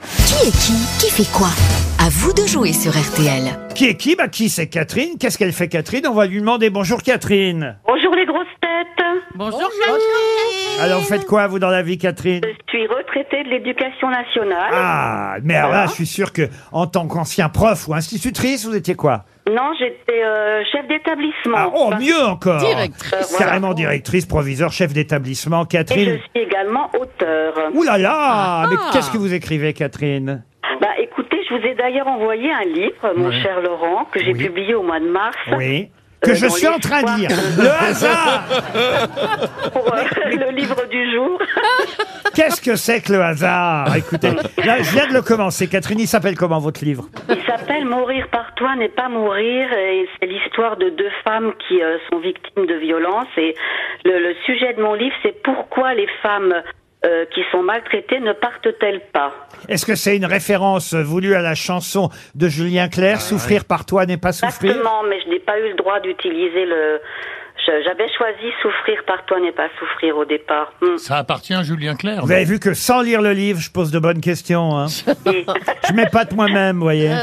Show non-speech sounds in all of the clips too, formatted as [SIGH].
Qui est qui Qui fait quoi À vous de jouer sur RTL. Qui est qui Bah qui c'est Catherine Qu'est-ce qu'elle fait Catherine On va lui demander bonjour Catherine. Bonjour les grosses têtes. Bonjour. Alors vous faites quoi vous dans la vie Catherine Je suis retraitée de l'éducation nationale. Ah, mais alors là je suis sûr que en tant qu'ancien prof ou institutrice, vous étiez quoi Non, j'étais euh, chef d'établissement. Ah, oh mieux encore. Euh, Directrice. Carrément directrice, proviseur, chef d'établissement Et je Catherine. suis également auteur. Ouh là là Mais Ah. qu'est-ce que vous écrivez Catherine Bah écoutez, je vous ai d'ailleurs envoyé un livre, mon cher Laurent, que j'ai Oui. publié au mois de mars. Oui. Que Euh, je dans suis en train de lire. Le hasard [LAUGHS] Pour euh, le livre du jour. Qu'est-ce que c'est que le hasard Écoutez, là, je viens de le commencer. Catherine, il s'appelle comment votre livre Il s'appelle Mourir par toi n'est pas mourir. Et c'est l'histoire de deux femmes qui euh, sont victimes de violences. Et le, le sujet de mon livre, c'est pourquoi les femmes euh, qui sont maltraitées ne partent-elles pas Est-ce que c'est une référence voulue à la chanson de Julien Clerc Souffrir par toi n'est pas souffrir Exactement, mais je n'ai pas eu le droit d'utiliser le. je- J'avais choisi souffrir par toi n'est pas souffrir au départ. Hmm. Ça appartient à Julien Clerc. Vous mais- avez vu que sans lire le livre, je pose de bonnes questions. Hein. Et- [LAUGHS] je m'épate moi-même, vous voyez.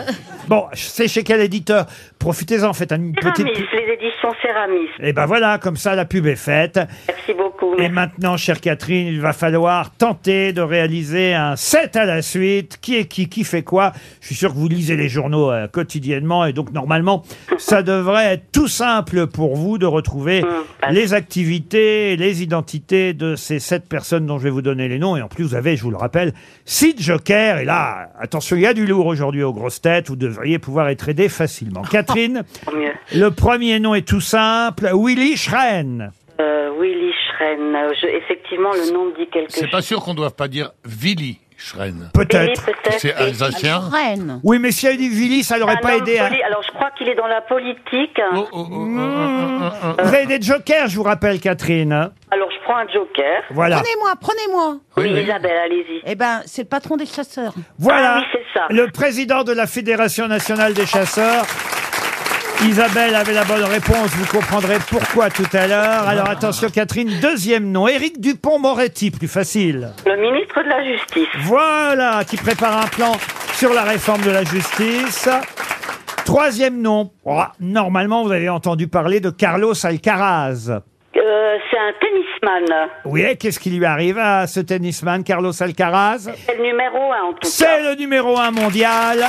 Bon, c'est chez quel éditeur Profitez-en, faites une petite... Céramis, les éditions Céramis. Et ben voilà, comme ça, la pub est faite. Merci beaucoup. Et maintenant, chère Catherine, il va falloir tenter de réaliser un 7 à la suite. Qui est qui Qui fait quoi Je suis sûr que vous lisez les journaux euh, quotidiennement et donc normalement, ça devrait être tout simple pour vous de retrouver bah. les activités, les identités de ces sept personnes dont je vais vous donner les noms. Et en plus, vous avez, je vous le rappelle, six jokers. Et là, attention, il y a du lourd aujourd'hui aux grosses têtes. Vous devriez pouvoir être aidé facilement. Catherine, Tant mieux. le premier nom est tout simple. Willy Schrein. Euh, Willy Schren. euh, je- Effectivement, le nom me dit quelque C'est chose. pas sûr qu'on ne doive pas dire Willy Schren. Willy, Peut-être. peut-être. C'est et- alsacien. Reine. Oui, mais si elle dit Vili, ça un l'aurait pas hein. homme aidé. à- poli- Alors, je crois qu'il est dans la politique. Oh, oh, oh, oh, oh, oh, oh. Vous avez des jokers, je vous rappelle, Catherine. hein. Alors, je prends un joker. Voilà. Prenez-moi, prenez-moi. Oui, Oui, oui. Isabelle, allez-y. Eh Ah, ben, c'est le patron des chasseurs. Voilà. Ah oui, c'est ça. Le président de la Fédération nationale des chasseurs. Isabelle avait la bonne réponse, vous comprendrez pourquoi tout à l'heure. Alors attention Catherine, deuxième nom, Éric Dupont-Moretti, plus facile. Le ministre de la Justice. Voilà, qui prépare un plan sur la réforme de la justice. Troisième nom, oh, normalement vous avez entendu parler de Carlos Alcaraz. Euh, c'est un tennisman. Oui, et qu'est-ce qui lui arrive à ce tennisman Carlos Alcaraz C'est le numéro un, en tout C'est cas. le numéro un mondial.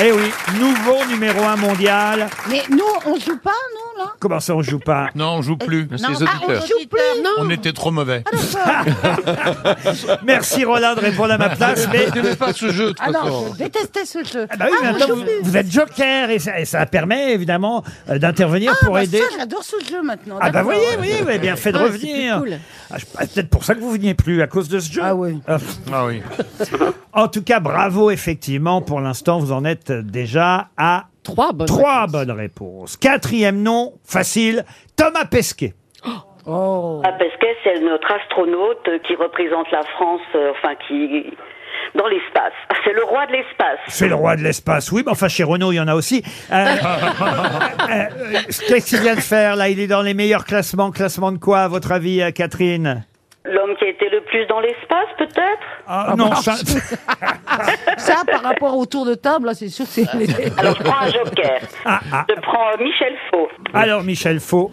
Eh oui, nouveau numéro un mondial. Mais nous, on joue pas, non, là Ah, Comment ça on joue pas Non, on joue plus. Ah, C'est les auditeurs. Ah, joue plus. Non. On était trop mauvais. Merci Roland de répondre à ma place, mais Tu n'aimais pas ce jeu, de toute Ah non, façon. je détestais ce jeu. Ah bah oui, mais on attends, joue vous, plus. vous êtes joker et ça, et ça permet évidemment euh, d'intervenir Ah, pour bah aider. ça, j'adore ce jeu maintenant. Ah bah d'accord. voyez, voyez, vous avez bien fait de Ah, c'est revenir. plus cool. Ah, je- ah, c'est peut-être pour ça que vous veniez plus à cause de ce jeu. Ah oui. Euh, Ah oui. en tout cas, bravo effectivement. Pour l'instant, vous en êtes déjà à Trois bonnes. trois bonnes réponses. Quatrième nom, facile, Thomas Pesquet. Oh. Ah, Pesquet, c'est notre astronaute qui représente la France, euh, enfin, qui. dans l'espace. Ah, C'est le roi de l'espace. C'est le roi de l'espace, oui, mais enfin chez Renault, il y en a aussi. [LAUGHS] Euh, euh, euh, Qu'est-ce qu'il vient de faire là Il est dans les meilleurs classements. Classement de quoi, à votre avis, euh, Catherine L'homme qui a été le plus dans l'espace, peut-être Ah, Non, ça- Ça, par rapport au tour de table, là, c'est sûr, c'est. [LAUGHS] Alors, je prends un joker. [LAUGHS] Ah, ah. Je prends euh, Michel Faux. alors Michel Faux.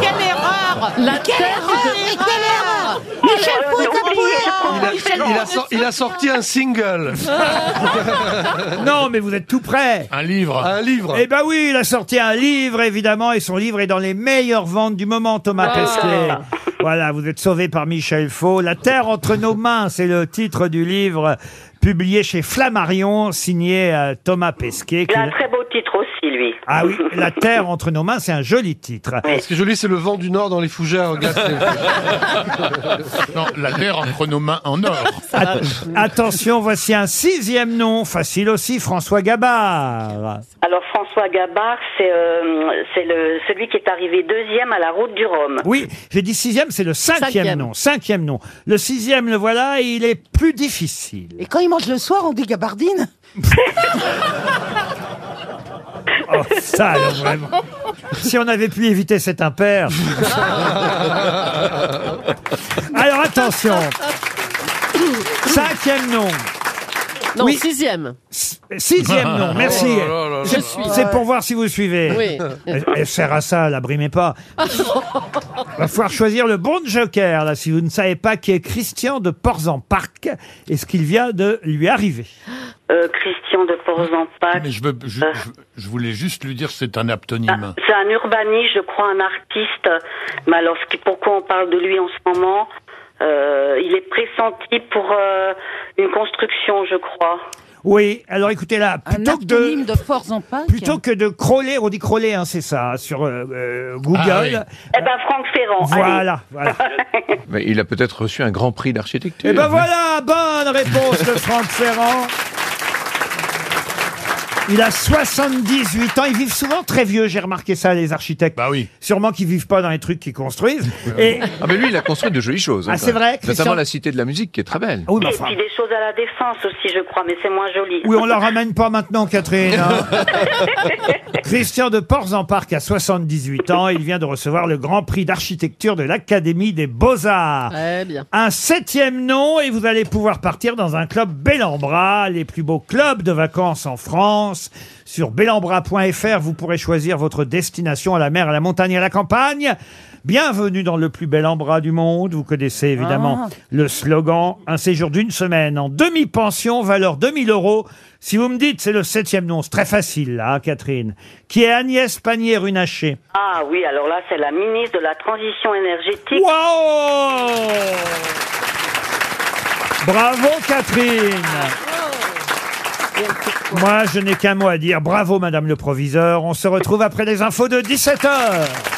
Quelle erreur La terre Quelle erreur Michel Euh, Faux Ah, est non, un oubliez, je prends- Il a, il a sor- il a sorti un single, Non, mais vous êtes tout prêts. Un livre. un livre. Eh ben oui, il a sorti un livre, évidemment, et son livre est dans les meilleures ventes du moment, Thomas Pesquet. Voilà, vous êtes sauvé par Michel Faux. La Terre entre nos mains, c'est le titre du livre publié chez Flammarion, signé euh, Thomas Pesquet. Il qui- a un très beau titre aussi, lui. Ah oui, La Terre entre nos mains, c'est un joli titre. Ce qui est joli, c'est le vent du nord dans les fougères. Regarde, c'est- Non, la terre entre nos mains en or. At- attention, voici un sixième nom, facile aussi, François Gabard. Alors, François Gabard, c'est euh, c'est le- celui qui est arrivé deuxième à la route du Rhum. Oui, j'ai dit sixième, c'est le cinquième, Cinquième. nom. Cinquième nom. Le sixième, le voilà, et il est plus difficile. Et quand il mange le soir, on dit gabardine. Oh, ça, alors, vraiment. Si on avait pu éviter cet impair. Alors, attention. Cinquième nom. Non, Oui. sixième. Sixième nom, merci. Oh là là là C'est- là. Je suis. C'est pour voir si vous suivez. Oui. Elle, elle sert à ça, la brimez pas. Va falloir choisir le bon joker, là, si vous ne savez pas qui est Christian de Ports-en-Parc et ce qu'il vient de lui arriver. Euh, Christian de Porzampac. Mais je, veux, je, je- je voulais juste lui dire que c'est un aptonyme. C'est un urbaniste, je crois, un artiste. Mais alors, ce qui- pourquoi on parle de lui en ce moment Euh, Il est pressenti pour euh, une construction, je crois. Oui, alors écoutez là, Un plutôt que de... de force en pack. Plutôt que de crawler, on dit crawler, hein, c'est ça, hein, sur euh, euh, Google. Ah oui. Ah, Eh ben, Franck Ferrand. allez. Voilà, [LAUGHS] voilà. Mais il a peut-être reçu un grand prix d'architecture. Et ben voilà, bonne réponse de Franck Ferrand. Il a 78 ans, ils vivent souvent très vieux, j'ai remarqué ça, les architectes. Bah oui. Sûrement qu'ils vivent pas dans les trucs qu'ils [LAUGHS] construisent. Et, Ah mais lui, il a construit de jolies choses. hein, Ah, quand c'est même. vrai, Christian Notamment la Cité de la Musique, qui est très belle. Ah oui, mais Et enfin, puis des choses à la défense aussi, je crois, mais c'est moins joli. oui, on la ramène pas maintenant, Catherine. hein. Christian de Ports-en-Parc a 78 ans, il vient de recevoir le Grand Prix d'architecture de l'Académie des Beaux-Arts. Très bien. un septième nom et vous allez pouvoir partir dans un club Bellambra, les plus beaux clubs de vacances en France. Sur bellambra.fr, vous pourrez choisir votre destination à la mer, à la montagne, à la campagne. Bienvenue dans le plus bel Ambra du monde. Vous connaissez évidemment le slogan. Un séjour d'une semaine en demi-pension, valeur 2000 euros. Si vous me dites, c'est le septième nom. C'est très facile, là, hein, Catherine. Qui est Agnès Pannier-Runacher. Ah oui, alors là, c'est la ministre de la Transition énergétique. Waouh Bravo Catherine Moi, je n'ai qu'un mot à dire. Bravo Madame le Proviseur. On se retrouve après les infos de 17h.